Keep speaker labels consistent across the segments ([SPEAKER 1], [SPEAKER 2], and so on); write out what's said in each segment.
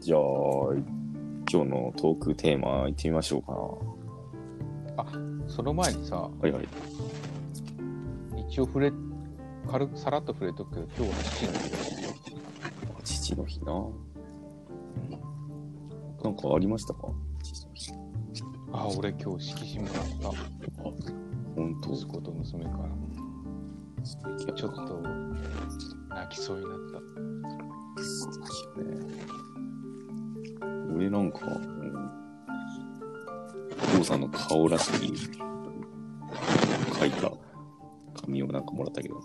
[SPEAKER 1] じゃあ、今日のトークテーマ行ってみましょうかな。
[SPEAKER 2] その前にさ、
[SPEAKER 1] はいはい。
[SPEAKER 2] 一応触れ、軽くさらっと触れとくけど、今日は父の日
[SPEAKER 1] 父の日な。なんかありましたか父の日。
[SPEAKER 2] あ、俺今日色紙もらっ
[SPEAKER 1] 本
[SPEAKER 2] た。息子と娘から。
[SPEAKER 1] 当
[SPEAKER 2] ちょっと、泣きそうになっ
[SPEAKER 1] 俺なんか、お父さんの顔らしき書いた紙をなんかもらったけどな。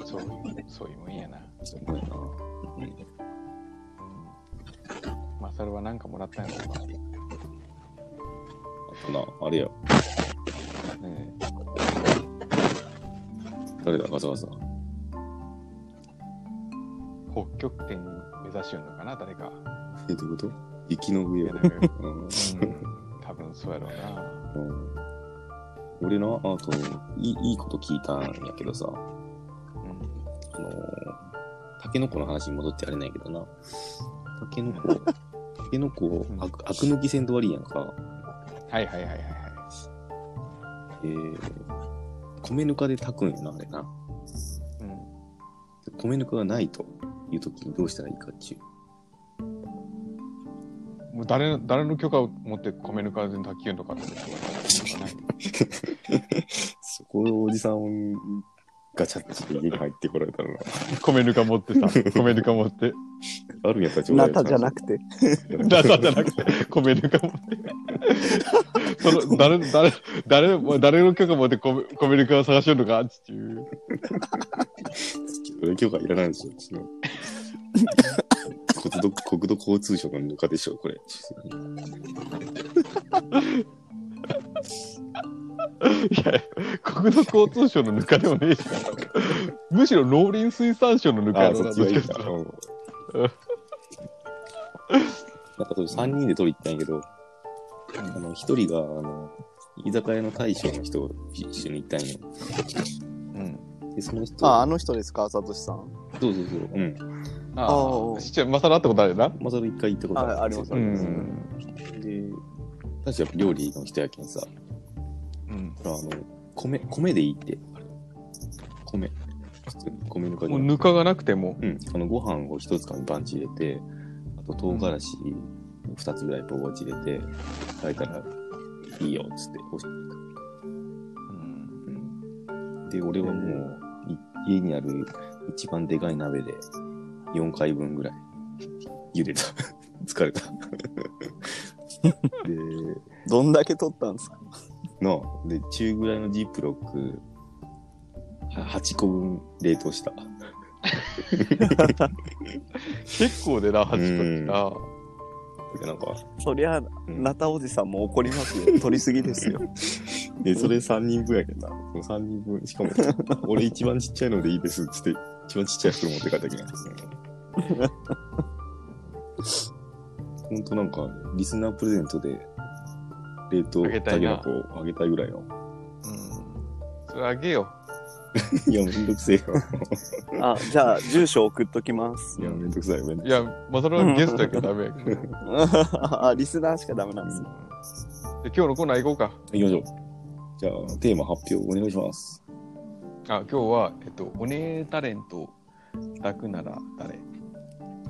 [SPEAKER 2] た。そういう、そういうもんやな。
[SPEAKER 1] すごいな。
[SPEAKER 2] マサルはなんかもらったんやろ
[SPEAKER 1] あ
[SPEAKER 2] か。
[SPEAKER 1] とな、あれや、
[SPEAKER 2] ね
[SPEAKER 1] 誰だ、ガサガサ。
[SPEAKER 2] え北極点に目指しよんのかな、誰か。
[SPEAKER 1] え、どういうこと雪の上
[SPEAKER 2] い
[SPEAKER 1] を
[SPEAKER 2] や。なんか
[SPEAKER 1] うん
[SPEAKER 2] うん、多分そうやろうな。
[SPEAKER 1] うん俺な、あと、いいいいこと聞いたんやけどさ、
[SPEAKER 2] うん。
[SPEAKER 1] あのー、タケノコの話に戻ってやれないけどな、タケノ コ、タケノコを
[SPEAKER 2] うん
[SPEAKER 1] アクアク抜きせんと悪いやんか、
[SPEAKER 2] はいはいはいはいはい。
[SPEAKER 1] えー、米ぬかで炊くんやな、あれな。
[SPEAKER 2] うん。
[SPEAKER 1] 米ぬかがないというときにどうしたらいいかっ ちゅう。
[SPEAKER 2] もう誰の、誰の許可を持って米ぬかで卓球とかってことない。
[SPEAKER 1] そこのおじさんをガチャッて家に入ってこられたらな、
[SPEAKER 2] 米ぬか持ってさ、米ぬか持って。
[SPEAKER 1] あるんやったらちょうだ
[SPEAKER 3] ナ
[SPEAKER 1] い
[SPEAKER 3] タじゃなくて。
[SPEAKER 2] ダサじゃなくて、米ぬか持って。その、誰、誰、誰も、誰の許可持って米米ぬかを探しよるのかっていう。
[SPEAKER 1] 俺許可いらないでしょ、う ちの。国土国土交通省のぬかでしょ、これ。
[SPEAKER 2] いや、国土交通省のぬかでもねえしなむしろ農林水産省のぬかや
[SPEAKER 1] あ、
[SPEAKER 2] ろ
[SPEAKER 1] そ
[SPEAKER 2] な
[SPEAKER 1] っちがいい
[SPEAKER 2] ど
[SPEAKER 1] ん
[SPEAKER 2] っちか
[SPEAKER 1] だ。
[SPEAKER 2] っていうと
[SPEAKER 1] うんなんかそれ3人で取り行ったんやけど、あの1人があの居酒屋の大将の人と一緒に行ったんよ。で、その人、
[SPEAKER 3] あ、あの人ですか、さとしさん。
[SPEAKER 1] そうそうそう、うん。
[SPEAKER 2] あ
[SPEAKER 3] あ
[SPEAKER 2] あ、
[SPEAKER 3] あ
[SPEAKER 2] しちゃん、まさら会ったことあるよな。
[SPEAKER 1] まさる一回行ったこと
[SPEAKER 3] ああります
[SPEAKER 1] う
[SPEAKER 3] ありま
[SPEAKER 1] ん
[SPEAKER 3] す
[SPEAKER 1] で、確か料理の人やけんさ、
[SPEAKER 2] うん。
[SPEAKER 1] あの、米、米でいいって、あれ米。普通に米ぬかじ
[SPEAKER 2] も
[SPEAKER 1] ゃ
[SPEAKER 2] う
[SPEAKER 1] なくて
[SPEAKER 2] ぬかがなくても、
[SPEAKER 1] うん、そのご飯を一つかみパンチ入れて、あと唐辛子二つぐらいポーチ入れて、炊いたらいいよっつっておし、うん、で、俺はもう、い家にある一番でかい鍋で4回分ぐらい茹でた。 疲れた。で、
[SPEAKER 3] どんだけ取ったんですか
[SPEAKER 1] なあ、で、中ぐらいのジップロック、8個分冷凍した。
[SPEAKER 2] 結構でな、八個ってな。
[SPEAKER 1] でなんか、
[SPEAKER 3] そりゃ、
[SPEAKER 1] うん
[SPEAKER 3] ナタおじさんも怒ります よ。取りすぎです よ。
[SPEAKER 1] で、それ3人分やけどな。その3人分、しかも、俺一番ちっちゃいのでいいですっつって、一番ちっちゃい袋持って帰ったけど。 ほんとなんか、リスナープレゼントで、冷凍
[SPEAKER 2] あげたいな
[SPEAKER 1] タケノコをあげたいぐらいの。
[SPEAKER 2] うん。それあげよ
[SPEAKER 1] いや、めんどくせ えよ。
[SPEAKER 3] あ、じゃあ、住所送っときます
[SPEAKER 1] い。や、めんどくさいよ、めんど
[SPEAKER 2] う。
[SPEAKER 1] く
[SPEAKER 2] いや、まさらはゲストやけどダメやけ ど。
[SPEAKER 3] あ、リスナーしかダメなんですね。
[SPEAKER 2] で今日のコーナー行こうか。
[SPEAKER 1] さい。行きましょう。じゃあ、テーマ発表お願いします。
[SPEAKER 2] あ今日は、えっと、お姉タレント抱くなら誰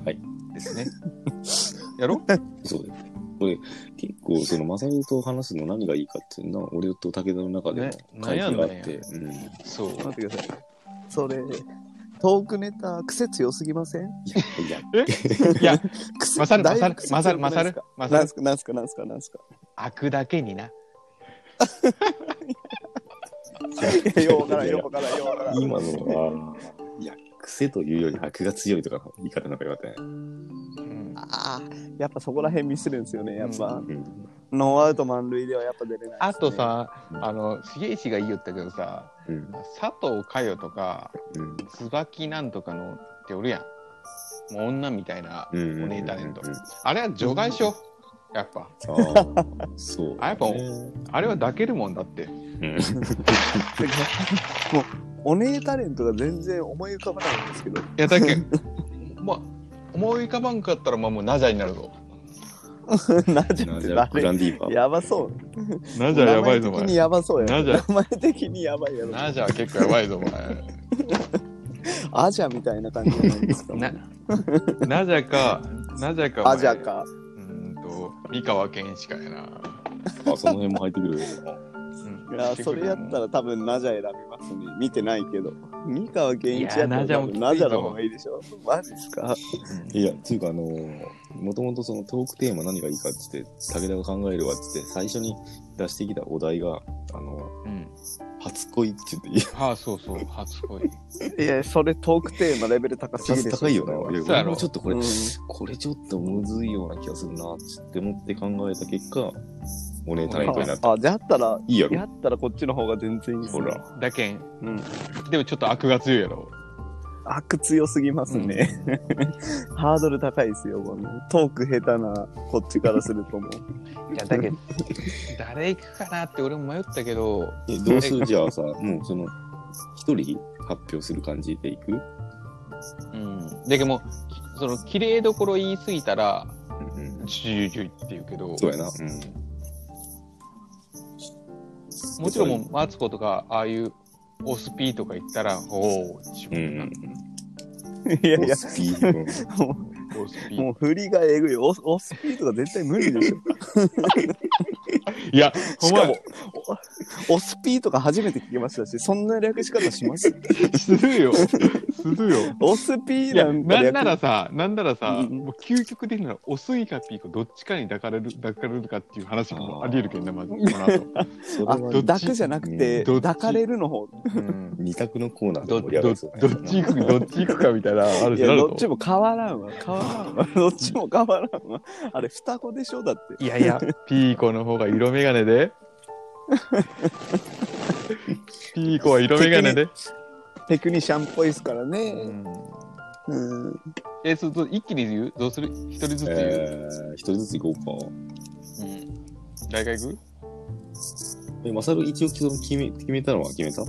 [SPEAKER 1] はい。
[SPEAKER 2] ですね。 やろ
[SPEAKER 1] そうだよね。これ、結構、その、マサルと話すの何がいいかっていうのは、俺と武田の中で
[SPEAKER 2] ね
[SPEAKER 1] の会議があっ
[SPEAKER 2] 悩
[SPEAKER 1] て、うん。
[SPEAKER 2] そう。
[SPEAKER 3] 待ってください。それ、トークネタ、癖強すぎません
[SPEAKER 1] いや、
[SPEAKER 2] いや、
[SPEAKER 3] 癖
[SPEAKER 2] マサル、
[SPEAKER 3] だ
[SPEAKER 2] マ
[SPEAKER 3] い
[SPEAKER 2] サ
[SPEAKER 3] ぶ
[SPEAKER 2] ル
[SPEAKER 3] 癖、
[SPEAKER 2] マサル、
[SPEAKER 3] 強く
[SPEAKER 2] マ
[SPEAKER 3] な
[SPEAKER 2] サ
[SPEAKER 3] いで
[SPEAKER 2] ル
[SPEAKER 3] すか、
[SPEAKER 2] マサ
[SPEAKER 3] な
[SPEAKER 2] ル
[SPEAKER 3] ん、すか、なんすか、なんすか、なんすか。
[SPEAKER 2] 開くだけにな。
[SPEAKER 3] いやようわからん、ようわからん、ようわからん。
[SPEAKER 1] 今のは、いや、癖というより悪が強いとかの言い方なんかよかったね。
[SPEAKER 2] うん
[SPEAKER 3] ああ、やっぱそこら辺ミスるんですよね、やっぱ。
[SPEAKER 1] うん。
[SPEAKER 3] ノーアウト満塁ではやっぱ出れない。
[SPEAKER 2] あと、さ、あの、重石が言いよったけどさ、
[SPEAKER 1] うん。
[SPEAKER 2] 佐藤佳代とか、
[SPEAKER 1] うん。
[SPEAKER 2] 椿なんとかのっておるやん。もう女みたいな。
[SPEAKER 1] うん。
[SPEAKER 2] お姉タレント
[SPEAKER 1] うん
[SPEAKER 2] あれは除外しよう。やっぱ。
[SPEAKER 1] ああ、そう。
[SPEAKER 2] あやっぱ
[SPEAKER 1] うん。
[SPEAKER 2] あれは抱けるもんだって。
[SPEAKER 3] もうお姉タレントが全然思い浮かばないんですけど。
[SPEAKER 2] いやだっけ ま思い浮かばんかったらまあもうナジャになるぞ
[SPEAKER 3] ナジャ
[SPEAKER 1] なじ
[SPEAKER 3] って
[SPEAKER 1] ゃあグラ
[SPEAKER 3] 誰
[SPEAKER 1] ンディーバー。
[SPEAKER 3] やばそう。
[SPEAKER 2] ナジャやばいぞお
[SPEAKER 3] 名前的に
[SPEAKER 2] 前
[SPEAKER 3] やばそうや
[SPEAKER 2] ナ
[SPEAKER 3] ろ。
[SPEAKER 2] ジャ
[SPEAKER 3] 名前的にやばいやろ。
[SPEAKER 2] ナジャは結構やばいぞお前
[SPEAKER 3] アジャみたいな感じじゃ ないですか。
[SPEAKER 2] ななぜか、なぜか、
[SPEAKER 3] アジャ。か。
[SPEAKER 2] うーんと、三河健一かやな。
[SPEAKER 1] あ、その辺も入ってくる。
[SPEAKER 2] うん
[SPEAKER 3] いや、それやったら多分ナジャ選びますね。見てないけど。三河健一やった
[SPEAKER 2] いやナ
[SPEAKER 3] ら
[SPEAKER 2] ジャもき
[SPEAKER 3] 多
[SPEAKER 2] ついぞ
[SPEAKER 3] 分ナジャの方がいいでしょ。マジっすか
[SPEAKER 1] いや、っていうか、あのもともとそのトークテーマ何がいいかっつって、武田が考えるわっつって、最初に出してきたお題が、あの、
[SPEAKER 2] うん。
[SPEAKER 1] 初恋って言っていや、
[SPEAKER 2] はあ、そうそう、初恋。
[SPEAKER 3] いや、それトークテーマレベル高すぎでしょ。
[SPEAKER 1] 高いよ
[SPEAKER 3] そ
[SPEAKER 1] な。
[SPEAKER 3] れ
[SPEAKER 1] いや、
[SPEAKER 2] そうや
[SPEAKER 3] は
[SPEAKER 1] 俺
[SPEAKER 2] ろ
[SPEAKER 1] もちょっとこれ、
[SPEAKER 3] うん
[SPEAKER 1] これちょっとむずいような気がするなって思って考えた結果、お姉タレントになった。
[SPEAKER 3] あ、じゃあったら、
[SPEAKER 1] いいやろ
[SPEAKER 3] やったらこっちの方が全然いいっすね
[SPEAKER 1] ほら。
[SPEAKER 2] だけん、
[SPEAKER 3] うん。
[SPEAKER 2] でもちょっと悪が強いやろ。
[SPEAKER 3] 悪強すぎますね。ハードル高いですよ、このトーク下手なこっちからするともう。
[SPEAKER 2] いや、だけん、誰行くかなって俺も迷ったけど、
[SPEAKER 1] え、どうするじゃあさ、もうその、一人発表する感じでいく
[SPEAKER 2] うん。だけどもう、その、綺麗どころ言い過ぎたら、
[SPEAKER 1] うんうん
[SPEAKER 2] ジュジュジュって言うけど、
[SPEAKER 1] そうやな。うん。
[SPEAKER 2] もちろんもう、マツコとか、ああいう、オスピーとか言ったら、おお、自
[SPEAKER 1] うん
[SPEAKER 2] 分な、
[SPEAKER 3] いや
[SPEAKER 1] うん。
[SPEAKER 3] いや
[SPEAKER 1] お、スピード。
[SPEAKER 3] も
[SPEAKER 2] オス
[SPEAKER 3] う
[SPEAKER 2] ピー
[SPEAKER 3] もう振りがえぐい。オスオスピードが絶対無理で しょ。
[SPEAKER 2] いや、お
[SPEAKER 3] しか
[SPEAKER 2] 前
[SPEAKER 3] も、オスピーとか初めて聞きましたし、そんな略し方します
[SPEAKER 2] するよ。するよ。
[SPEAKER 3] オスピー
[SPEAKER 2] いや、
[SPEAKER 3] なんか
[SPEAKER 2] なん
[SPEAKER 3] 略
[SPEAKER 2] ならさ、なんならさ、
[SPEAKER 3] うん
[SPEAKER 2] もう究極的なら、オスイカピーかどっちかに抱かれる、抱かれるかっていう話もあり得るけどね、まず、この後。
[SPEAKER 1] それ
[SPEAKER 3] あ、
[SPEAKER 1] は
[SPEAKER 2] どっち
[SPEAKER 3] 抱くじゃなくて、
[SPEAKER 2] どっち
[SPEAKER 3] 抱かれるの方。
[SPEAKER 2] うん
[SPEAKER 1] 二択のコーナーで
[SPEAKER 2] ど
[SPEAKER 1] 盛り上が
[SPEAKER 2] ど
[SPEAKER 1] る
[SPEAKER 2] っち行く、どっち行くかみたいな、ある
[SPEAKER 3] い
[SPEAKER 2] じゃ
[SPEAKER 3] や、
[SPEAKER 2] ん。
[SPEAKER 3] どっちも変わらんわ。変わらんわ。どっちも変わらんわ。あれ、双子でしょだって。
[SPEAKER 2] いやいや、ピーコの方が色眼鏡で。ピーコは色眼鏡で。
[SPEAKER 3] テクニシャンっぽいですから
[SPEAKER 2] う
[SPEAKER 3] ね。
[SPEAKER 2] ん
[SPEAKER 3] うん。
[SPEAKER 2] え、そうそう、一気に言うどうする一人ずつ言う、
[SPEAKER 1] えー、一人ずつ行こうか。
[SPEAKER 2] うん。誰か行く
[SPEAKER 1] え、マサル一応その決め決めたのは決めた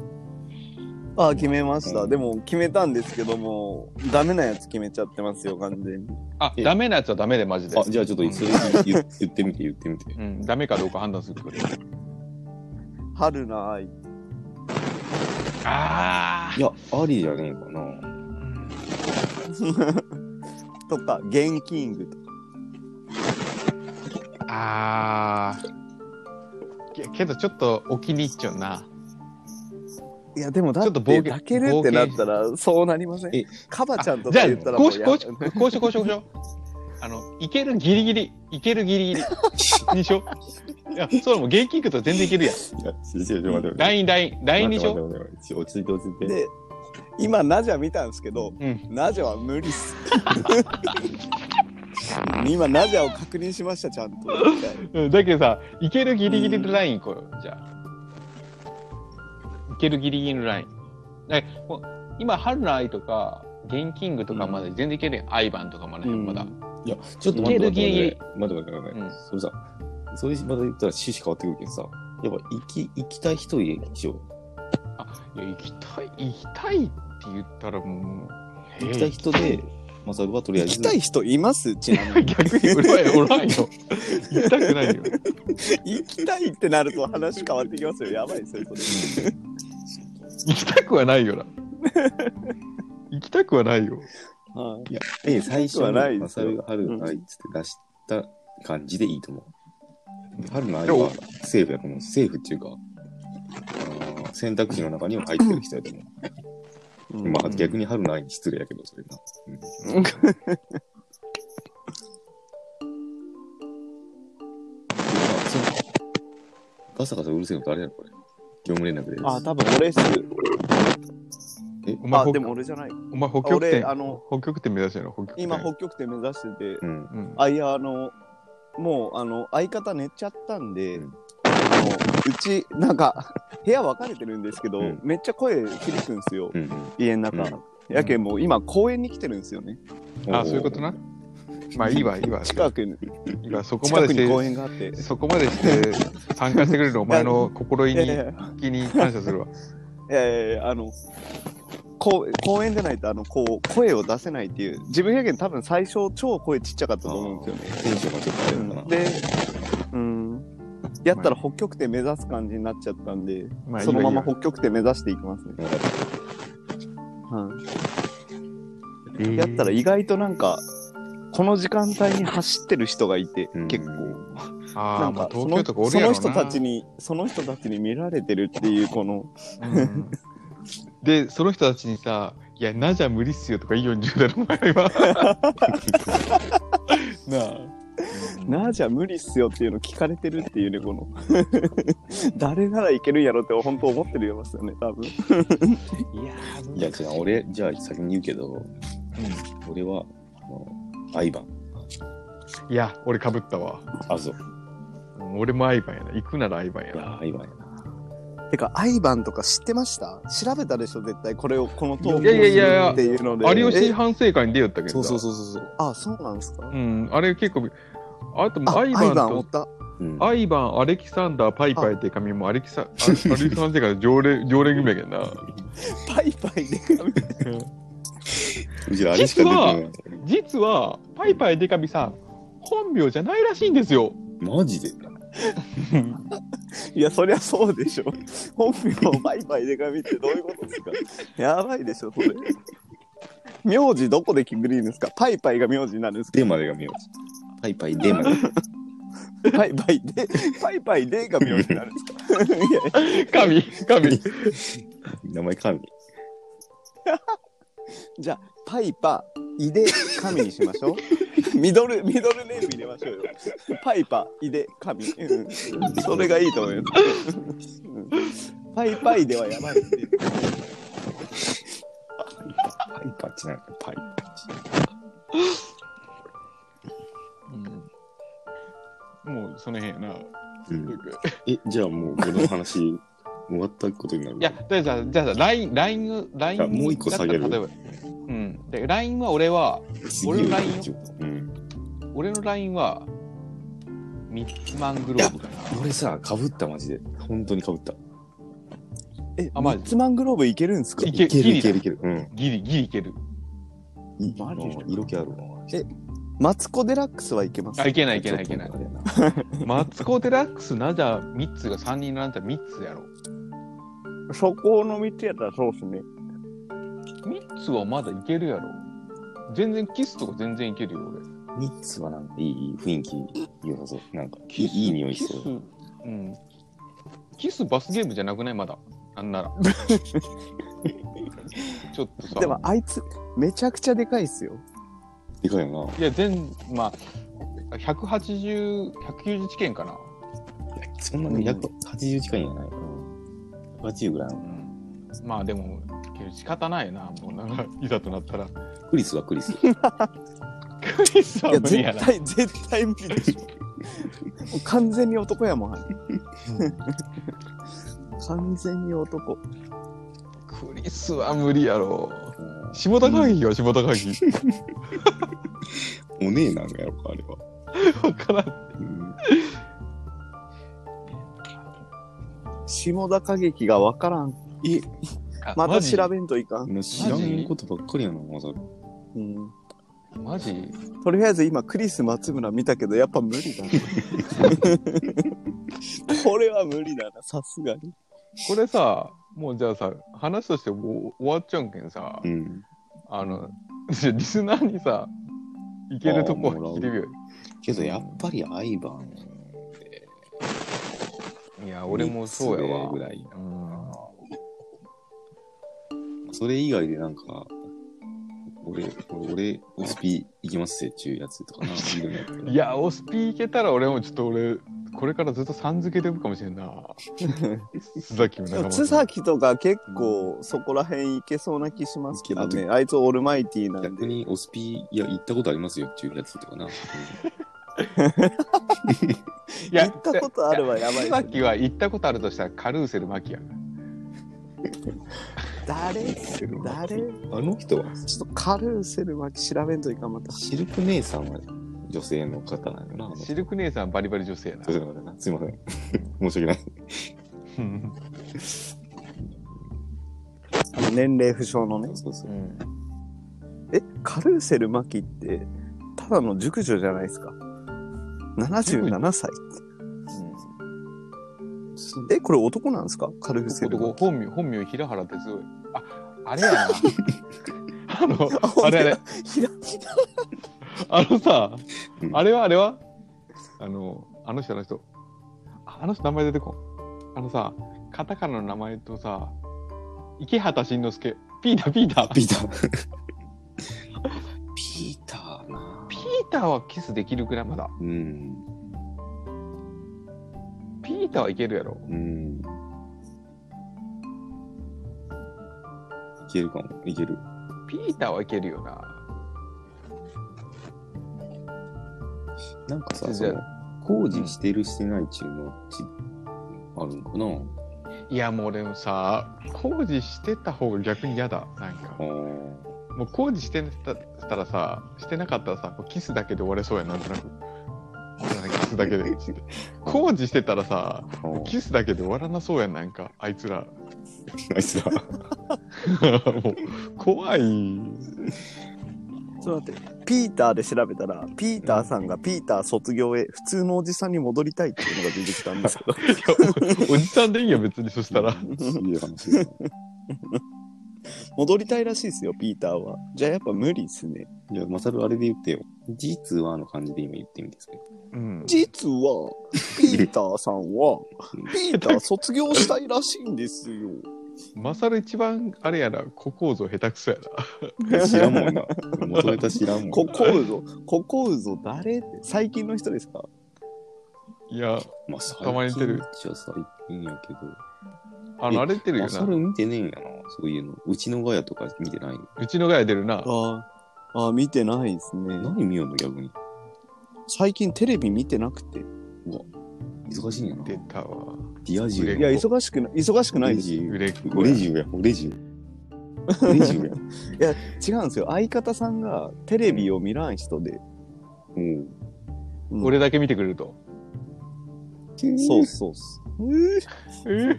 [SPEAKER 3] あ決めました、
[SPEAKER 1] うん
[SPEAKER 3] でも決めたんですけどもダメなやつ決めちゃってますよ完全に
[SPEAKER 2] あ、
[SPEAKER 1] え
[SPEAKER 2] ダメなやつはダメで、マジで。
[SPEAKER 1] あ、じゃあちょっとそれ言っ言ってみて言ってみて。
[SPEAKER 2] うん、ダメかどうか判断するから。
[SPEAKER 3] 春の愛
[SPEAKER 2] あ
[SPEAKER 1] いや、ありじゃねえかな。
[SPEAKER 3] とかゲンキングとか
[SPEAKER 2] ああーけけどちょっとお気に入っちゃうない
[SPEAKER 3] やでもだ
[SPEAKER 2] ち
[SPEAKER 3] っ
[SPEAKER 2] ょっと
[SPEAKER 3] て
[SPEAKER 2] 冒険
[SPEAKER 3] 抱けるってなったらそうなりません
[SPEAKER 1] え
[SPEAKER 3] カバちゃんと
[SPEAKER 2] じゃ
[SPEAKER 3] か
[SPEAKER 2] あ
[SPEAKER 3] 言ったら
[SPEAKER 2] こう
[SPEAKER 3] う
[SPEAKER 2] し
[SPEAKER 3] や
[SPEAKER 2] こうしこうしようこうしようこうしようあのいけるギリギリいけるギ リギリにしよういやそれもう現金行くと全然いけるやん
[SPEAKER 1] いや、ちょちょちょ待って待って。
[SPEAKER 2] ラインラインラインにしよう
[SPEAKER 1] 待って待って待って落ち着いて落ち着いて。
[SPEAKER 3] で今ナジャ見たんですけど
[SPEAKER 2] うん
[SPEAKER 3] ナジャは無理っす 今ナジャを確認しましたちゃんと
[SPEAKER 2] うん、だけどさいけるギリギリのライン行こうよ、じゃあいけるギリギリのラインだからもう今春の愛とか現金具とかまで全然いけるやん、アイバンとかまで、まだ
[SPEAKER 1] いや、ちょっと待って待
[SPEAKER 2] ギリギ
[SPEAKER 1] っ
[SPEAKER 2] リ
[SPEAKER 1] て待って待って待って待って。
[SPEAKER 2] うん
[SPEAKER 1] それさ、それまた言ったら趣旨変わってくるけどさ、やっぱ行き、行きたい人にしよう。
[SPEAKER 2] いや行きたい行きたいって言ったらもう
[SPEAKER 1] 行きたい人で、マサルはとりあえ
[SPEAKER 3] 行
[SPEAKER 1] ず。
[SPEAKER 3] きたい人いますちなみに
[SPEAKER 2] 逆に俺はおらんよ行きたくないよ
[SPEAKER 3] 行きたいってなると話変わってきますよやばいですよそれ
[SPEAKER 2] 行きたくはないよな行きたくはないよ
[SPEAKER 3] はい
[SPEAKER 1] え、最初
[SPEAKER 3] はない
[SPEAKER 1] に
[SPEAKER 3] で
[SPEAKER 1] マ
[SPEAKER 3] す
[SPEAKER 1] サ
[SPEAKER 3] よ
[SPEAKER 1] ルが春の愛っつって出した感じでいいと思う。春の愛
[SPEAKER 2] で
[SPEAKER 1] は
[SPEAKER 2] も
[SPEAKER 1] セーフやと思う。セーフっていうか、あー選択肢の中には入ってる人やと思
[SPEAKER 3] う
[SPEAKER 1] う。まあ逆に春の愛に失礼やけど、それな。うんあそうガサガサうるせえの誰やろ、これ。業務連絡です。
[SPEAKER 3] あ、多分俺っす。
[SPEAKER 2] お前
[SPEAKER 3] あ、
[SPEAKER 2] ほ
[SPEAKER 3] でも俺じゃない。
[SPEAKER 2] お前北極
[SPEAKER 3] 俺
[SPEAKER 2] 点
[SPEAKER 3] あの
[SPEAKER 2] 北極点目指してるの北極点
[SPEAKER 3] 今、北極点目指してて。
[SPEAKER 1] うん。
[SPEAKER 2] うん
[SPEAKER 3] あ、いや、あの、もう、あの、相方寝ちゃったんで、
[SPEAKER 1] うん
[SPEAKER 3] あのうち、なんか、 部屋分かれてるんですけど、
[SPEAKER 1] うん
[SPEAKER 3] めっちゃ声響くんすよ、
[SPEAKER 1] うんうん。
[SPEAKER 3] 家の中。
[SPEAKER 1] うん
[SPEAKER 3] やけんもう今公園に来てるんですよね。
[SPEAKER 2] あそういうことなまあいいわいいわ
[SPEAKER 3] 近くに、
[SPEAKER 2] いいわそこまで
[SPEAKER 3] 近く
[SPEAKER 2] し
[SPEAKER 3] に公
[SPEAKER 2] て
[SPEAKER 3] 園があって。
[SPEAKER 2] そこまでして参加してくれるお前の心意
[SPEAKER 3] いやい
[SPEAKER 2] に
[SPEAKER 3] や
[SPEAKER 2] 気に感謝するわ
[SPEAKER 3] いやいやいや、あの、こう公園でないと、あの、こう、声を出せないっていう、自分表現多分最初、超声ちっちゃかったと思うんですよね。
[SPEAKER 1] テンションがちょっとあれだかな。
[SPEAKER 3] で、うん、やったら北極点目指す感じになっちゃったんで、
[SPEAKER 2] まあ
[SPEAKER 3] そのまま北極点目指していきますね。
[SPEAKER 1] なんか
[SPEAKER 3] はいやったら意外となんか、この時間帯に走ってる人がいて、
[SPEAKER 1] うん
[SPEAKER 3] 結構。
[SPEAKER 2] あ
[SPEAKER 3] な
[SPEAKER 2] あ、
[SPEAKER 3] ん
[SPEAKER 2] まあ
[SPEAKER 3] か、
[SPEAKER 2] 東京とかおる
[SPEAKER 3] そ
[SPEAKER 2] やろ
[SPEAKER 3] の
[SPEAKER 2] な。
[SPEAKER 3] その人たちに、その人たちに見られてるっていう、この、
[SPEAKER 2] うんで、その人たちにさ、いや、なじゃ無理っすよとかいいように言うだろ、お前は。 なあ。
[SPEAKER 3] なあじゃ無理っすよっていうの聞かれてるっていうね、この。 誰ならいけるんやろって本当思ってるよますよね、多分。
[SPEAKER 2] いや
[SPEAKER 1] いや、違う、俺、じゃあ先に言うけど、俺は、あの、相葉、
[SPEAKER 2] いや、俺かぶったわ。
[SPEAKER 1] あぞ。
[SPEAKER 2] うん俺もアイバンやな。行くならアイバンや
[SPEAKER 1] いや
[SPEAKER 2] な。、
[SPEAKER 1] 相葉や
[SPEAKER 3] てか、アイバンとか知ってました調べたでしょ、絶対。これを、このトークを
[SPEAKER 2] いやいやいやいや
[SPEAKER 3] するっていうので。
[SPEAKER 2] 有吉
[SPEAKER 3] え
[SPEAKER 2] 反省会に出よったけ
[SPEAKER 1] な。
[SPEAKER 2] ど
[SPEAKER 1] そうそう
[SPEAKER 2] う。
[SPEAKER 1] そうそう。
[SPEAKER 3] あ、そうなんですか。
[SPEAKER 2] うん、あれ結構、あともう
[SPEAKER 3] あ、ア
[SPEAKER 2] ア
[SPEAKER 3] イ
[SPEAKER 2] イ
[SPEAKER 3] バ
[SPEAKER 2] バ
[SPEAKER 3] ン
[SPEAKER 2] ン
[SPEAKER 3] お
[SPEAKER 2] と
[SPEAKER 3] った。
[SPEAKER 1] うん。
[SPEAKER 2] アイバン、アレキサンダー、パイパイって髪もアレキサ、あアレキサンダーが常連、常連組やけんな。
[SPEAKER 3] パイパイで。
[SPEAKER 1] むしろあれしか出てない。
[SPEAKER 2] 実は、パイパイデカビさん、本名じゃないらしいんですよ。
[SPEAKER 1] マジで
[SPEAKER 3] いや、そりゃそうでしょ。本名をバイバイでかみってどういうことですかやばいでしょ、それ。名字どこで決めるんですかパイパイが名字になるんですか
[SPEAKER 1] でまでが名字。パイパイで まで。
[SPEAKER 3] パイパイで、パイパイでが名字になるんですかいや
[SPEAKER 2] 神、神。
[SPEAKER 1] 名前神。
[SPEAKER 3] じゃあ、パイパイで神にしましょう。ミドル、ミドルネーム入れましょうよ。パイパイで神。うん、それがいいと思います。うんパイパイではやばいっていう。
[SPEAKER 1] パイパチなんか、パイパチ。
[SPEAKER 2] もう、その辺やな。
[SPEAKER 1] うん、え、じゃあもう、この話、終わったことになる。
[SPEAKER 2] いや、だじゃあ、じゃあさ、LINE、LINE、LINE
[SPEAKER 1] あもう一個下げる
[SPEAKER 2] だったら例えばうん。で、LINE は俺は、
[SPEAKER 1] 次
[SPEAKER 2] 俺のライン
[SPEAKER 1] ようん、
[SPEAKER 2] 俺の LINE は、ミッツマングローブかな。
[SPEAKER 1] 俺さ、かぶった、マジで。本当にかぶった。
[SPEAKER 3] え、
[SPEAKER 2] あ
[SPEAKER 3] あ
[SPEAKER 2] マ
[SPEAKER 3] マ
[SPEAKER 2] ジ
[SPEAKER 3] ッツマングローブいけるんですか
[SPEAKER 2] いけ
[SPEAKER 1] いけるい
[SPEAKER 2] ギ
[SPEAKER 1] け
[SPEAKER 2] リ
[SPEAKER 1] るいける。うん。
[SPEAKER 2] ギリ、ギリいける。
[SPEAKER 1] いい
[SPEAKER 3] マジで
[SPEAKER 1] 色気あるな。
[SPEAKER 3] マツコ・デラックスはいけます
[SPEAKER 2] あ、いけないいけないいけない
[SPEAKER 1] ちょ。っとあれやな
[SPEAKER 2] マツコ・デラックス、なじゃ、ミッツが3人なんじゃミッツやろ。
[SPEAKER 3] そこの道やったらそうですね。
[SPEAKER 2] ミッツはまだいけるやろ。全然、キスとか全然いけるよ、俺。
[SPEAKER 1] ミッツはなんかいい雰囲気良さそう。なんかいいいい匂いし
[SPEAKER 2] キ
[SPEAKER 1] そ
[SPEAKER 2] ス
[SPEAKER 1] う。
[SPEAKER 2] うん。キスバスゲームじゃなくないまだ。な んなら。ちょっとさ。
[SPEAKER 3] でもあいつ、めちゃくちゃでかいっすよ。
[SPEAKER 1] でかいよ
[SPEAKER 2] いや、全、まあ、180、190地点かな。
[SPEAKER 1] な。そんなに約80時間やないかな。80ぐらいの。
[SPEAKER 2] まあでも、仕方ないな、もうなんか、いざとなったら。
[SPEAKER 1] クリスはクリス。
[SPEAKER 2] クリス
[SPEAKER 3] い
[SPEAKER 2] は
[SPEAKER 3] や、
[SPEAKER 2] 無理や
[SPEAKER 3] 絶
[SPEAKER 2] な。
[SPEAKER 3] 対、絶対無理でしょ。もう完全に男やもんあれ。完全に男。
[SPEAKER 2] クリスは無理やろ。
[SPEAKER 1] うん
[SPEAKER 2] 下田会議よ、下田会 議。
[SPEAKER 1] お姉なんやろか、あれは。
[SPEAKER 2] わからん。
[SPEAKER 1] うん
[SPEAKER 3] 下田歌劇がわからん。え、また調べんといかん。
[SPEAKER 1] もう知らんことばっかりやな、まさか。
[SPEAKER 3] うん
[SPEAKER 2] マジマジ
[SPEAKER 3] とりあえず今、クリス・松村見たけど、やっぱ無理だ な。これは無理だな、さすがに。
[SPEAKER 2] これさ、もうじゃあさ、話としてもう終わっちゃうんけんさ
[SPEAKER 1] う、ん。
[SPEAKER 2] あの、じゃあリスナーにさ、いけるとこは聞いてみよ
[SPEAKER 1] けどやっぱりアイバン。
[SPEAKER 2] う。いや、俺もそうやわ。
[SPEAKER 1] ぐらい。
[SPEAKER 2] うん
[SPEAKER 1] それ以外でなんか、俺、俺、俺オスピ行きますぜっちゅうやつと かな。いるんやったら
[SPEAKER 2] いや、オスピーいけたら俺もちょっと俺、これからずっとさん付けで呼ぶかもしれんな。須崎も
[SPEAKER 3] で
[SPEAKER 2] 仲
[SPEAKER 3] も、
[SPEAKER 2] 間。
[SPEAKER 3] 津崎とか結構そこら辺いけそうな気しますけど
[SPEAKER 1] いけ
[SPEAKER 3] ね。あいつオールマイティーなん
[SPEAKER 1] 逆
[SPEAKER 3] で。
[SPEAKER 1] にオスピいや、行ったことありますよっちゅうやつとかな。 うん
[SPEAKER 2] い
[SPEAKER 3] 行ったことあるはやばい
[SPEAKER 2] 須
[SPEAKER 3] ですね。
[SPEAKER 2] 崎は行ったことあるとしたらカルーセルマキや。
[SPEAKER 3] 誰誰
[SPEAKER 1] あの人は
[SPEAKER 3] ちょっとカルーセル巻き調べんといかんまた。
[SPEAKER 1] シルク姉さんは女性の方なんやな。あの
[SPEAKER 2] シルク姉さんバリバリ女性やな
[SPEAKER 1] 女。性の 方やな。すいません。申し訳ない。
[SPEAKER 3] 年齢不詳のね。
[SPEAKER 1] そうそうう。
[SPEAKER 2] ん。
[SPEAKER 3] え、カルーセル・マキって、ただの熟女じゃないですか。77歳。え、これ男なんですかカルーセル。
[SPEAKER 2] 男、本名、本名、平原哲夫。あ、あれやな。あの、
[SPEAKER 3] あ
[SPEAKER 2] あれあれ、
[SPEAKER 3] ひら
[SPEAKER 2] あのさ
[SPEAKER 1] う、ん
[SPEAKER 2] あれはあれはあの、あの人、あの人。ああの人、名前出てこん。あのさ、カタカナの名前とさ、池畑慎之介。ピーター、ピーター。
[SPEAKER 1] ピーター。ピーターな
[SPEAKER 2] ピーターはキスできるくらいまだ。
[SPEAKER 1] うん。
[SPEAKER 2] ピーターはいけるやろ。
[SPEAKER 1] うん。いけるかも。いける。
[SPEAKER 2] ピーターはいけるよな。
[SPEAKER 1] なんかさ、そ
[SPEAKER 2] じゃあ
[SPEAKER 1] の工事してるしてないっていうのち、あるんかない
[SPEAKER 2] や、もう俺もさ、工事してた方が逆に嫌だ。なんか
[SPEAKER 1] あ。ー
[SPEAKER 2] もう工事してたたらさ、してなかったらさ、こうキスだけで終われそうやなんとなく。なんかキスだけで。工事してたらさ、
[SPEAKER 1] あー。
[SPEAKER 2] キスだけで終わらなそうやん、なんか、あいつ
[SPEAKER 1] あ
[SPEAKER 2] ら。
[SPEAKER 1] いつら。
[SPEAKER 2] もう、怖い。
[SPEAKER 3] ちょっと待って、ピーターで調べたら、ピーターさんがピーター卒業へ普通のおじさんに戻りたいっていうのが出てきたんですけ ど。
[SPEAKER 2] おじさんでいいよ、別にそした
[SPEAKER 1] い
[SPEAKER 2] ら。
[SPEAKER 1] い話だ。
[SPEAKER 3] 戻りたいらしいですよ、ピーターは。じゃあやっぱ無理っすね。
[SPEAKER 1] じゃあ、マサルあれで言ってよ。実はの感じで今言ってみてさ。
[SPEAKER 2] うん。
[SPEAKER 3] 実は、ピーターさん は、ピーター卒業したいらしいんですよ。
[SPEAKER 2] マサル一番、あれやな、小構造下手くそやな。
[SPEAKER 1] 知らんもんな。元ネタ知らんもん。
[SPEAKER 3] ここうぞ、ここうぞ誰って最近の人ですか
[SPEAKER 2] いや、
[SPEAKER 1] まあ、最
[SPEAKER 2] たまに
[SPEAKER 1] 近
[SPEAKER 2] 出てる
[SPEAKER 1] じゃ最近やけど。
[SPEAKER 2] あの、
[SPEAKER 1] え
[SPEAKER 2] あれ出てるよ
[SPEAKER 1] マサ
[SPEAKER 2] な。
[SPEAKER 1] ル見てねえんやな。そういうの。うちのガヤとか見てないの。
[SPEAKER 2] うちのガヤ出るな。
[SPEAKER 3] ああ、見てないですね。
[SPEAKER 1] 何見ようの逆に。
[SPEAKER 3] 最近テレビ見てなくて。
[SPEAKER 1] 忙しいんやな。
[SPEAKER 2] 出
[SPEAKER 1] デ
[SPEAKER 2] たわ。
[SPEAKER 1] ィアジ
[SPEAKER 2] い
[SPEAKER 1] ュ
[SPEAKER 3] いや、
[SPEAKER 1] や。
[SPEAKER 3] 忙しくな、忙しくない
[SPEAKER 1] レ
[SPEAKER 3] です。
[SPEAKER 1] ジ
[SPEAKER 2] 売
[SPEAKER 1] ュ
[SPEAKER 2] れっ子
[SPEAKER 1] ウ
[SPEAKER 2] や
[SPEAKER 1] レジュや。ウレジュ。ウレジュや。
[SPEAKER 3] 違うんですよ。相方さんがテレビを見らん人で。
[SPEAKER 1] もう。
[SPEAKER 2] 俺だけ見てくれると。
[SPEAKER 3] そうそうそう。
[SPEAKER 2] え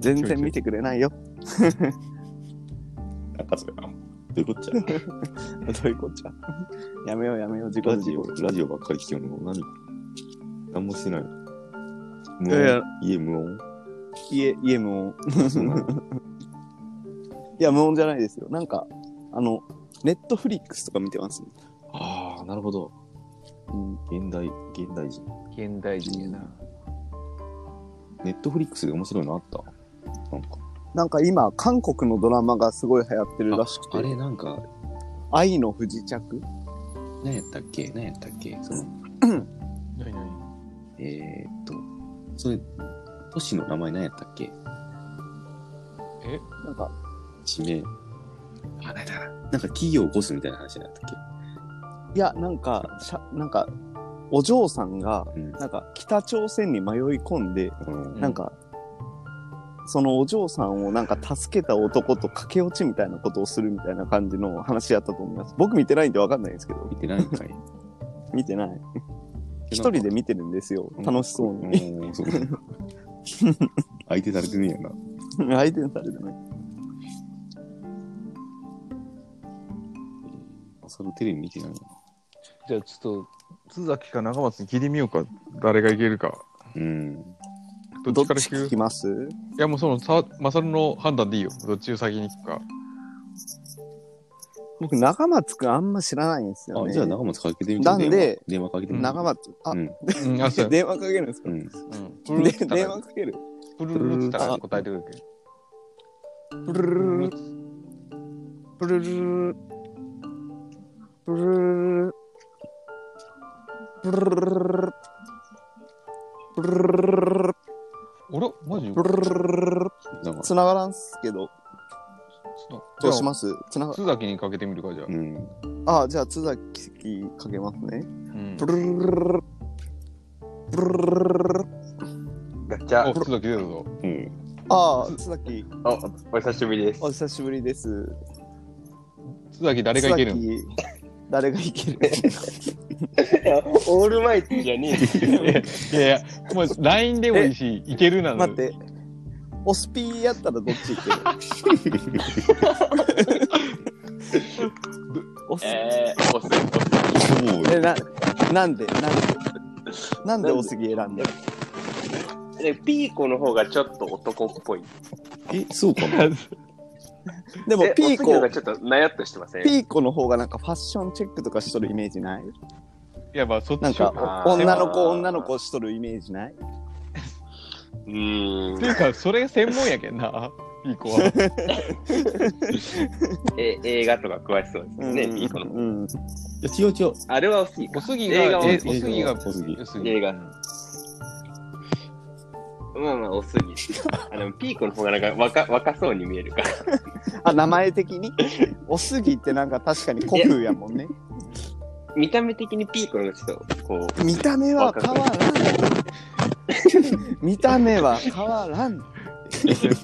[SPEAKER 3] 全然見てくれないよ。
[SPEAKER 1] なんかそれな。どういうこっちゃ
[SPEAKER 3] どういうこっちゃ。やめようやめよう、自己
[SPEAKER 1] ラ
[SPEAKER 3] 自
[SPEAKER 1] ジ
[SPEAKER 3] 己
[SPEAKER 1] オ、ラジオばっかり聞けるの何何もしてない。無
[SPEAKER 3] いや
[SPEAKER 1] 音
[SPEAKER 3] いや
[SPEAKER 1] 家無音
[SPEAKER 3] 家、家無音。
[SPEAKER 1] そうなの
[SPEAKER 3] いや、無音じゃないですよ。なんか、あの、ネットフリックスとか見てます、
[SPEAKER 1] ああ、なるほど。うん現代、現代人。
[SPEAKER 2] 現代人やな。
[SPEAKER 1] ネットフリックスで面白いのあったなんか。
[SPEAKER 3] なんか今、韓国のドラマがすごい流行ってるらしく
[SPEAKER 1] あ
[SPEAKER 3] て、
[SPEAKER 1] れなんか、
[SPEAKER 3] 愛の不時着
[SPEAKER 1] 何やったっけ何やったっけその、
[SPEAKER 2] 何何
[SPEAKER 1] えー、っと、それ、都市の名前何やったっけ
[SPEAKER 3] なんか、
[SPEAKER 1] 地名。あ、なんだな。なんか企業を起こすみたいな話なんだった
[SPEAKER 3] いや、なんか、しゃなんか、お嬢さんが、
[SPEAKER 1] っけうん。
[SPEAKER 3] なんか、北朝鮮に迷い込んで、
[SPEAKER 1] あの
[SPEAKER 3] なんか、そのお嬢さんをなんか助けた男と駆け落ちみたいなことをするみたいな感じの話やったと思います。僕見てないんでわかんないんですけど、
[SPEAKER 1] 見てないんかい。
[SPEAKER 3] 見てない。 一人で見てるんですよ。楽しそうに。
[SPEAKER 1] に。 うんそう相手されてねえやな。
[SPEAKER 3] 相手にされてない。
[SPEAKER 1] それテレビ見てないな。
[SPEAKER 2] じゃあちょっと、津崎か中松に聞いてみようか。誰がいけるか。
[SPEAKER 1] うん。
[SPEAKER 2] どっ
[SPEAKER 3] どっ
[SPEAKER 2] ちから
[SPEAKER 3] ち
[SPEAKER 2] 聞
[SPEAKER 3] 聞
[SPEAKER 2] く
[SPEAKER 3] きます
[SPEAKER 2] いやもうその、さ、マサルの判断でいいよ。どっちを先に聞くか。
[SPEAKER 3] 僕、中松くんあんま知らないんですよ
[SPEAKER 1] あ、
[SPEAKER 3] ね。
[SPEAKER 1] じゃあ長松かけてみて。
[SPEAKER 3] なんで
[SPEAKER 1] 電話電話かけてみて。
[SPEAKER 3] 中松、あ
[SPEAKER 1] う、ん。
[SPEAKER 2] うん、あ、そうや。
[SPEAKER 3] 電話かけるんですか
[SPEAKER 1] うん。
[SPEAKER 2] うん、プルルっ
[SPEAKER 3] で
[SPEAKER 2] て言った
[SPEAKER 3] 電
[SPEAKER 2] ら
[SPEAKER 3] 話、かける。
[SPEAKER 2] プルルって言ったら答えてくるけど。
[SPEAKER 3] プルルルルプルルルルプルルルルプルルルルルプルルルルルル
[SPEAKER 2] あらマジ
[SPEAKER 3] プルルルルルルル
[SPEAKER 1] なんか、
[SPEAKER 3] 繋がらんっすけど、どうします繋が
[SPEAKER 2] 津崎にかけてみるか、じゃあ
[SPEAKER 1] う。 ん。
[SPEAKER 3] あ、じゃあ、津崎かけます
[SPEAKER 2] う
[SPEAKER 3] ね。
[SPEAKER 2] ん
[SPEAKER 3] プルルルルルルプルルルルルル
[SPEAKER 4] じゃ
[SPEAKER 2] お、津崎出たぞ。
[SPEAKER 1] うん。
[SPEAKER 3] ああ、津崎、
[SPEAKER 4] あ、お久しぶりです
[SPEAKER 3] お。久しぶりです。
[SPEAKER 2] 津崎誰がいけるん
[SPEAKER 3] 須崎誰がいける
[SPEAKER 4] オールマイティじゃねえ。
[SPEAKER 2] いやいや、もう LINE でもいいし、いけるなの。
[SPEAKER 3] 待っ。て、オスピーやったらどっち行ける オス
[SPEAKER 4] えー、おす、
[SPEAKER 1] もう
[SPEAKER 3] えななんでなんでなんでおすぎ選んだの
[SPEAKER 4] おす。で、ピーコの方がちょっと男っぽい。
[SPEAKER 1] え、そうかな。
[SPEAKER 3] でも
[SPEAKER 4] え
[SPEAKER 3] ピー
[SPEAKER 4] おすぎの
[SPEAKER 3] コ
[SPEAKER 4] がちょっとなやっとしてません。
[SPEAKER 3] ピーコの方がなんかファッションチェックとかしとるイメージない
[SPEAKER 2] やっぱそっ
[SPEAKER 3] なん
[SPEAKER 2] ち
[SPEAKER 3] か
[SPEAKER 2] か。
[SPEAKER 4] あー
[SPEAKER 3] 女の子女の子しとるイメージないう
[SPEAKER 4] ー
[SPEAKER 2] ってい
[SPEAKER 4] ん。
[SPEAKER 2] うか、それ専門やけんな、ピーコは。
[SPEAKER 4] え、映画とか詳しそうですね、ピーコの。
[SPEAKER 3] うん
[SPEAKER 1] いや違う違う。
[SPEAKER 4] あれはおすぎ
[SPEAKER 2] お
[SPEAKER 4] か。
[SPEAKER 2] すぎ
[SPEAKER 4] 映
[SPEAKER 2] が、
[SPEAKER 4] 画は
[SPEAKER 2] えおすぎが、
[SPEAKER 1] おすぎ
[SPEAKER 2] おすぎ
[SPEAKER 4] 映画。まあまあ、おすぎ。あの、ピーコの方がなんか若若そうに見えるから。
[SPEAKER 3] あ名前的におすぎってなんか確かに古風やもんね
[SPEAKER 4] 見た目的にピーコの方がちょっと、こ
[SPEAKER 3] 見た目は変わら ん見た目は変わらん
[SPEAKER 4] う。い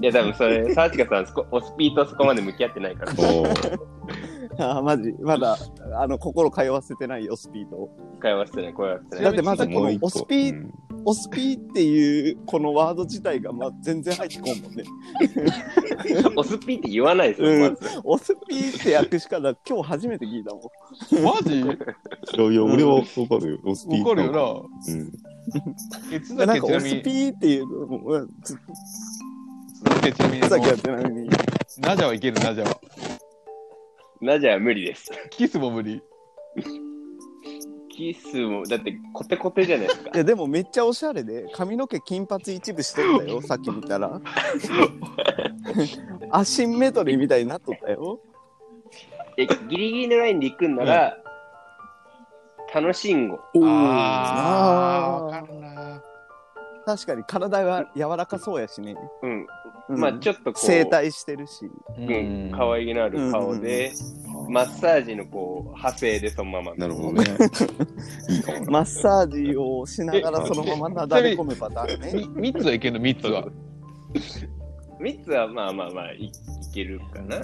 [SPEAKER 4] や、多分それ、サーチカさん、そこおスピーとそこまで向き合ってないから。
[SPEAKER 1] おー
[SPEAKER 3] あーマジまだあの心通わせてないよスピードを
[SPEAKER 4] 会話してない、声はして
[SPEAKER 3] だ
[SPEAKER 4] な
[SPEAKER 3] っ
[SPEAKER 4] い。
[SPEAKER 3] てまずこ
[SPEAKER 1] もう
[SPEAKER 3] の
[SPEAKER 1] 一個
[SPEAKER 3] オスピ
[SPEAKER 1] うん
[SPEAKER 3] オスピーっていうこのワード自体がまあ全然入ってこんもんね
[SPEAKER 4] おすぴって言わないですよ、
[SPEAKER 3] う
[SPEAKER 4] ま
[SPEAKER 3] ん
[SPEAKER 4] ず。
[SPEAKER 3] オスピーって訳し方今日初めて聞いたもん
[SPEAKER 2] マジわ
[SPEAKER 1] いやいや、俺はわかるよ。オスピー
[SPEAKER 2] かるよ
[SPEAKER 1] な。うん。
[SPEAKER 2] な。え、津
[SPEAKER 3] な
[SPEAKER 2] 崎
[SPEAKER 3] ん
[SPEAKER 2] はち
[SPEAKER 3] か
[SPEAKER 2] な
[SPEAKER 3] オ
[SPEAKER 2] み
[SPEAKER 3] ス
[SPEAKER 2] に、
[SPEAKER 3] ピーっていうのもうんつ
[SPEAKER 2] 津崎はちなみにあ
[SPEAKER 3] さっきやっ
[SPEAKER 2] の、
[SPEAKER 3] てないのに
[SPEAKER 2] ナジャはいける、ナジャは。
[SPEAKER 4] ナジャは無理です。
[SPEAKER 2] キスも無理。
[SPEAKER 4] キスも、だってコテコテじゃないですか
[SPEAKER 3] い。やでもめっちゃおしゃれで髪の毛金髪一部しとったよさっき見たらアシンメトリーみたいになっとったよ
[SPEAKER 4] え、ギリギリのラインで行くんなら、楽しんご。
[SPEAKER 3] お
[SPEAKER 2] あー、わかるな。
[SPEAKER 3] 確かに体が柔らかそうやしね、
[SPEAKER 4] うん。
[SPEAKER 3] うん
[SPEAKER 4] まあちょっとこう、
[SPEAKER 3] 整体してるし
[SPEAKER 4] うん、可愛げのある顔で、マッサージのこう、派生でそのまま。
[SPEAKER 1] なる ほどね。いいかもな。
[SPEAKER 3] マッサージをしながらそのままなだれ込むパターンね
[SPEAKER 2] み三つはいけるの、三つは。
[SPEAKER 4] 3つはまあまあまあい、いけるかな。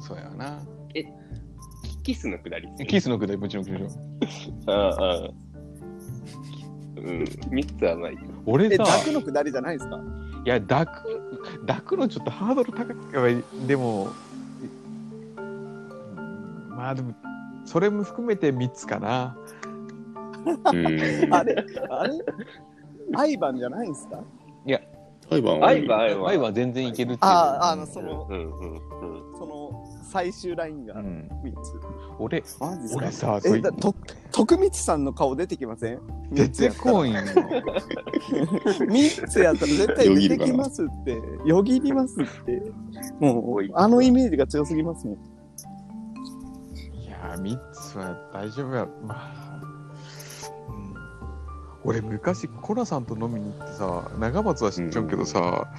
[SPEAKER 2] そうやな。
[SPEAKER 4] キキスのくだり。
[SPEAKER 2] キスのくだりもちろん、もちろん。
[SPEAKER 4] ああ。うん、3つはまあいい。
[SPEAKER 2] 俺
[SPEAKER 3] え
[SPEAKER 2] さ、
[SPEAKER 3] 楽のくだりじゃないですか
[SPEAKER 2] いや、抱く、抱くのちょっとハードル高く、やばいでも、うんまあでも、それも含めて3つかな。
[SPEAKER 1] うん。
[SPEAKER 3] あれあれ愛番じゃないんですか
[SPEAKER 1] アイバンは
[SPEAKER 4] アイバアイバ
[SPEAKER 2] 前は全然いけるっていう。
[SPEAKER 3] あああのその
[SPEAKER 4] うんうんうん。
[SPEAKER 3] その最終ラインが
[SPEAKER 2] うん
[SPEAKER 3] 3つ、
[SPEAKER 2] 俺、
[SPEAKER 3] マジですか
[SPEAKER 2] 俺さ、こ
[SPEAKER 3] え
[SPEAKER 2] れ
[SPEAKER 3] だと徳光さんの顔出てきません
[SPEAKER 2] 出てこいんよ。
[SPEAKER 3] 3つやったら絶対出てきますってよぎりますっても
[SPEAKER 4] お
[SPEAKER 3] う
[SPEAKER 4] い
[SPEAKER 3] あのイメージが強すぎますもん
[SPEAKER 2] いや、3つは大丈夫や。まあ、うん俺、昔、コナさんと飲みに行ってさ、長松は知っちゃうけどさ、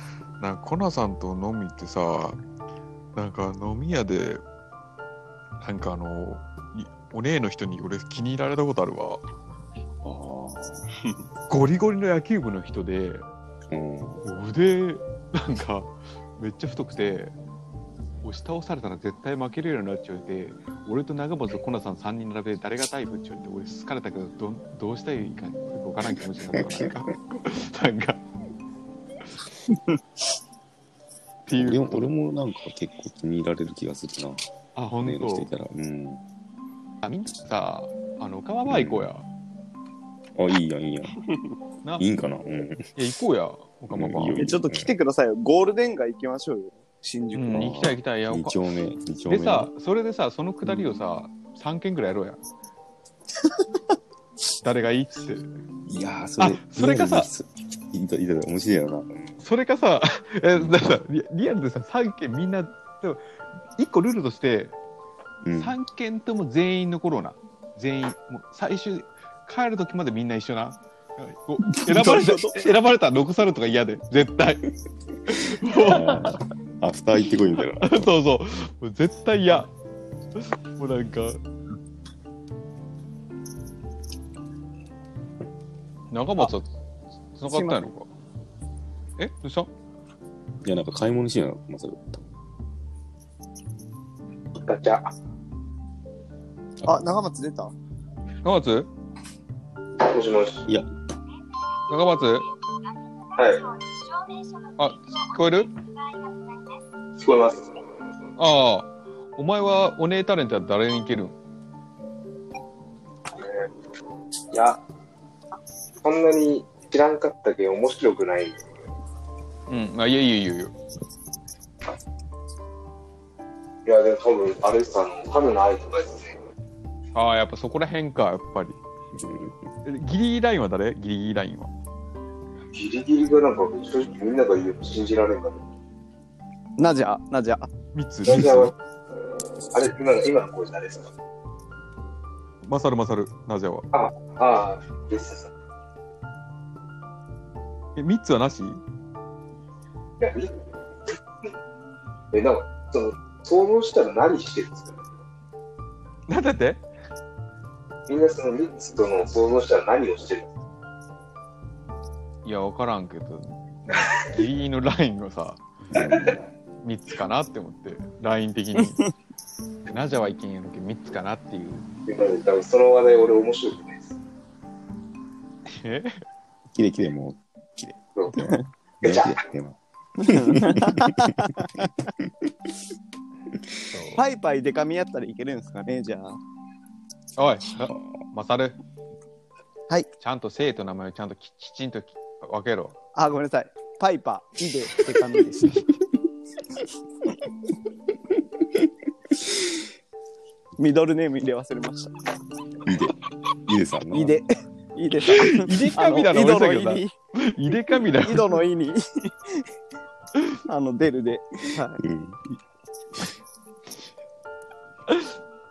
[SPEAKER 2] なんかコナさんと飲み行ってさ、なんか飲み屋で、なんかあの、いお姉の人に俺気に入られたことあるわ。ゴリゴリの野球部の人で、
[SPEAKER 1] うん。
[SPEAKER 2] 腕なんかめっちゃ太くて押し倒されたら絶対負けるようになっちゃうて俺と長松とコナさん3人並べて誰がタイプって言われて俺好かれたけどどんどうしたらいいか分からん気持ちになったなんかなんかってい
[SPEAKER 1] 俺
[SPEAKER 2] う
[SPEAKER 1] も俺もなんか結構気に入られる気がするな。
[SPEAKER 2] あ
[SPEAKER 1] お
[SPEAKER 2] 本
[SPEAKER 1] 姉の人い
[SPEAKER 2] 当
[SPEAKER 1] たら。うん。
[SPEAKER 2] あみんなさあの川場行こうや、
[SPEAKER 1] あ、いいやん、いいや。
[SPEAKER 2] なん
[SPEAKER 1] いいんかな。うん。
[SPEAKER 2] いや行こうや岡
[SPEAKER 1] うんい
[SPEAKER 2] 間
[SPEAKER 1] い
[SPEAKER 2] 場
[SPEAKER 1] よ
[SPEAKER 3] えちょっと来てくださいよゴールデン街行きましょうよ新
[SPEAKER 2] う
[SPEAKER 3] 宿
[SPEAKER 2] ん
[SPEAKER 3] の、
[SPEAKER 2] 行きたい行きたいいや
[SPEAKER 1] 二
[SPEAKER 2] 岡
[SPEAKER 1] 丁目、二丁目。
[SPEAKER 2] でさ、それでさ、そのくだりをさ、3件ぐらいや ろうや。誰がいいっつって。
[SPEAKER 1] いやー、それ
[SPEAKER 2] あ、それかさ
[SPEAKER 1] リアルです、いた、いた、面白いよな。うん
[SPEAKER 2] それかさ、 えだからリリアルでさ、3件みんな、でも1個ルールとして、
[SPEAKER 1] うん。
[SPEAKER 2] 3件とも全員のコロナ。全員、もう最終、帰る時までみんな一緒な。 お選ばれた
[SPEAKER 3] どういうこと
[SPEAKER 2] 選ばれたら残されるとか嫌で、絶対。 もう
[SPEAKER 1] あーアフター行ってこいみたいな。
[SPEAKER 2] そうそう。もう絶対嫌。 もうなんか。長松はつながったんやろかえどうした
[SPEAKER 1] いや、なんか買い物しなの、まさか。
[SPEAKER 4] ガチャ。
[SPEAKER 3] あ長松出た
[SPEAKER 2] 長松
[SPEAKER 4] もしもし。
[SPEAKER 2] 長松
[SPEAKER 4] はい。
[SPEAKER 5] 正面
[SPEAKER 2] あ、聞こえる
[SPEAKER 4] 聞こえます。
[SPEAKER 2] ああ。お前はお姉タレントは誰にいけるん
[SPEAKER 4] いや、そんなに知らんかったけど面白くない。
[SPEAKER 2] うん。あ、いやいやいやいや。
[SPEAKER 4] いや、でも多分、あれさん、多分ないとかですね。
[SPEAKER 2] ああ、やっぱそこら辺か、やっぱり。えギリギリラインは誰ギリギリラインは。
[SPEAKER 4] ギリギリがなんか、正直みんなが言うの信じられんかった。
[SPEAKER 3] なじゃ、なじゃ。
[SPEAKER 2] ミツ、ミ
[SPEAKER 4] 大
[SPEAKER 2] ツ
[SPEAKER 4] 体、は、あれ、今の、今の声誰ですか
[SPEAKER 2] マサルマサル、ナジャは。
[SPEAKER 4] ああ、ゲスさん。い
[SPEAKER 2] え、ミツはなし
[SPEAKER 4] や、いえ、なんか、その、想像したら何してるんですか
[SPEAKER 2] なんだって
[SPEAKER 4] みんなそのミッツとの想像したら何をしてるんですか
[SPEAKER 2] いや、わからんけど、ギリギリのラインがさ、3つかなって思って、ライン的 に。ナジャはいけんやろけど、3つかなっていう。
[SPEAKER 4] でなんで多分その話題俺面白くないです。
[SPEAKER 2] え
[SPEAKER 1] きれいきれいもう、きれい。
[SPEAKER 4] ガチャ
[SPEAKER 1] でも
[SPEAKER 3] パイパイデカミやったらいけるんですかね、じゃあ。
[SPEAKER 2] おい、あマサル。
[SPEAKER 3] はい。
[SPEAKER 2] ちゃんと生と名前をちゃんとききちんとき分けろ。
[SPEAKER 3] あ、ごめんなさい。パイパイでデカミでした。ミドルネーム入れ忘れました。
[SPEAKER 1] いで、いでさんの。
[SPEAKER 3] いで。いいですか。
[SPEAKER 2] 井で神だ
[SPEAKER 3] あ
[SPEAKER 2] ろ
[SPEAKER 3] の井
[SPEAKER 2] 俺
[SPEAKER 3] 戸の
[SPEAKER 2] だけどな
[SPEAKER 3] 井に。
[SPEAKER 2] 井出神だよ。
[SPEAKER 3] 井戸の井に。 あの、出るで。は
[SPEAKER 1] うん。
[SPEAKER 3] い。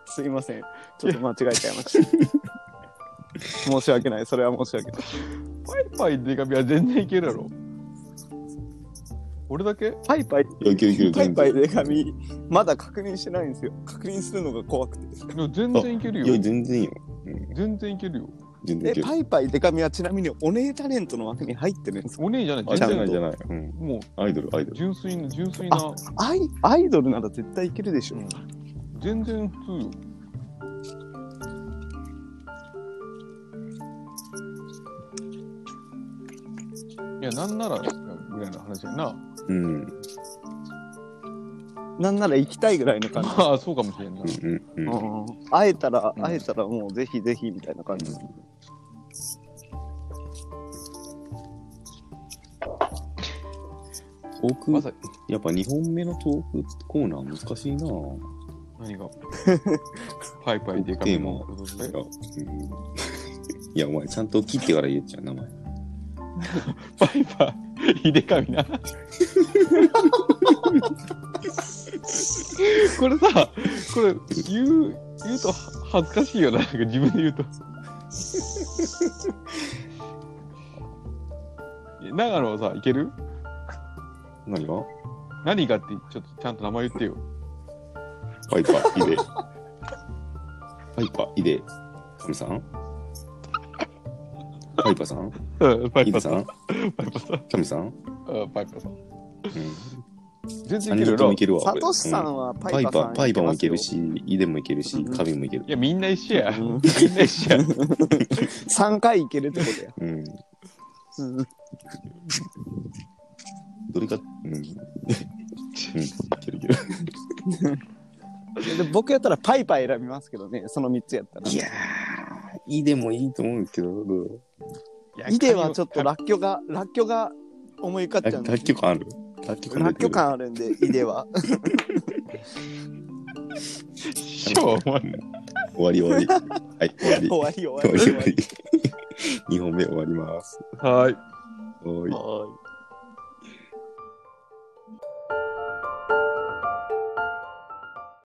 [SPEAKER 3] すいません。ちょっと間違えちゃいました。申し訳ない。それは申し訳ない。
[SPEAKER 2] パイパイデカミは全然いけるやろ。俺だけ
[SPEAKER 3] パイパイ。
[SPEAKER 1] いやいけるいける
[SPEAKER 3] パイ
[SPEAKER 1] 全
[SPEAKER 3] パイ
[SPEAKER 1] 然。
[SPEAKER 3] で髪、まだ確認してないんですよ。確認するのが怖くて。
[SPEAKER 2] いや全然いける
[SPEAKER 1] いや、
[SPEAKER 2] よ。
[SPEAKER 1] 全然いいよ。うん、
[SPEAKER 2] 全然いけるよ。
[SPEAKER 1] 全然い
[SPEAKER 3] え
[SPEAKER 1] け、る。
[SPEAKER 3] パイパイで髪はちなみにお姉タレントの枠に入ってるんですか
[SPEAKER 2] お姉じゃない、
[SPEAKER 1] あじゃ
[SPEAKER 2] 全
[SPEAKER 1] ないじゃ
[SPEAKER 2] 然。
[SPEAKER 1] ない。うん。
[SPEAKER 2] も
[SPEAKER 1] アイドル、アイド
[SPEAKER 2] う
[SPEAKER 1] ル。
[SPEAKER 2] 純粋な、純粋な。
[SPEAKER 3] アイアイドルなら絶対いけるでしょ。
[SPEAKER 2] うん全然普通よ。いや、なんならぐらいの話やな。
[SPEAKER 1] うん。うん、
[SPEAKER 3] なんなら行きたいぐらいの感じ。
[SPEAKER 2] まあ、そうかもしれんな。
[SPEAKER 1] うん、うん。
[SPEAKER 3] うん会えたら、
[SPEAKER 2] うん
[SPEAKER 3] 会えたらもうぜひぜひみたいな感じです。
[SPEAKER 1] トーク、
[SPEAKER 2] まさに
[SPEAKER 1] やっぱ2本目のトークコーナー難しいなぁ。
[SPEAKER 2] 何がパイパイでか
[SPEAKER 1] テ
[SPEAKER 2] い
[SPEAKER 1] ーマ
[SPEAKER 2] も
[SPEAKER 1] いや、うん、 いやお前ちゃんと切ってから言えちゃう名前。
[SPEAKER 2] パイパイ、でかみな。これさ、これ言う、言うと恥ずかしいよな、なんか自分で言うと。長野はさ、いける
[SPEAKER 1] 何が
[SPEAKER 2] 何がって、ちょっとちゃんと名前言ってよ。
[SPEAKER 1] パイパ ー、イデ。パイパー、イデ。カミさんパイパーさん
[SPEAKER 2] うん、パ
[SPEAKER 1] イ
[SPEAKER 2] イパ
[SPEAKER 1] デ
[SPEAKER 2] さ
[SPEAKER 1] さ
[SPEAKER 2] ん。
[SPEAKER 1] ん
[SPEAKER 2] パイパさん。
[SPEAKER 1] カミさん
[SPEAKER 2] うん、パイパさん。
[SPEAKER 1] うん。
[SPEAKER 2] 全然
[SPEAKER 1] 3
[SPEAKER 2] い
[SPEAKER 1] 人
[SPEAKER 2] ける
[SPEAKER 1] と
[SPEAKER 2] よ
[SPEAKER 1] も。
[SPEAKER 2] ない
[SPEAKER 1] けるわ。
[SPEAKER 3] サ
[SPEAKER 1] 俺
[SPEAKER 3] トシさ
[SPEAKER 1] うん
[SPEAKER 3] んはパ
[SPEAKER 1] パ
[SPEAKER 3] イ
[SPEAKER 1] イ
[SPEAKER 3] パ
[SPEAKER 1] パ
[SPEAKER 3] さん
[SPEAKER 1] ー、パイパーもいける
[SPEAKER 3] ます
[SPEAKER 1] し、イデもいけるし、カミもいける
[SPEAKER 2] い。や、みんな一緒 や。
[SPEAKER 3] よ。
[SPEAKER 2] みんな一緒や。
[SPEAKER 3] 3回いけるってことや。
[SPEAKER 1] うん。
[SPEAKER 3] うん
[SPEAKER 1] どれか、うん。 うん、いけるいける。
[SPEAKER 3] で僕やったらパイパイ選びますけどね、その3つやったら。
[SPEAKER 1] いやー、イデもいいと思うんですけど、どう
[SPEAKER 3] イデはちょっとらっきょが、らっきょが思い浮かっちゃうんで
[SPEAKER 1] 楽曲感ある楽曲
[SPEAKER 3] らっきょ感あるんで、イデは。
[SPEAKER 2] 師匠、お前
[SPEAKER 1] 終わり終わり。はい、終わり。
[SPEAKER 3] 終わり終わ
[SPEAKER 1] 終わり
[SPEAKER 3] り終
[SPEAKER 1] 終
[SPEAKER 3] わ
[SPEAKER 1] わ
[SPEAKER 3] り
[SPEAKER 1] り。2本目終わります。
[SPEAKER 2] はい。
[SPEAKER 1] おーい。
[SPEAKER 3] はーい。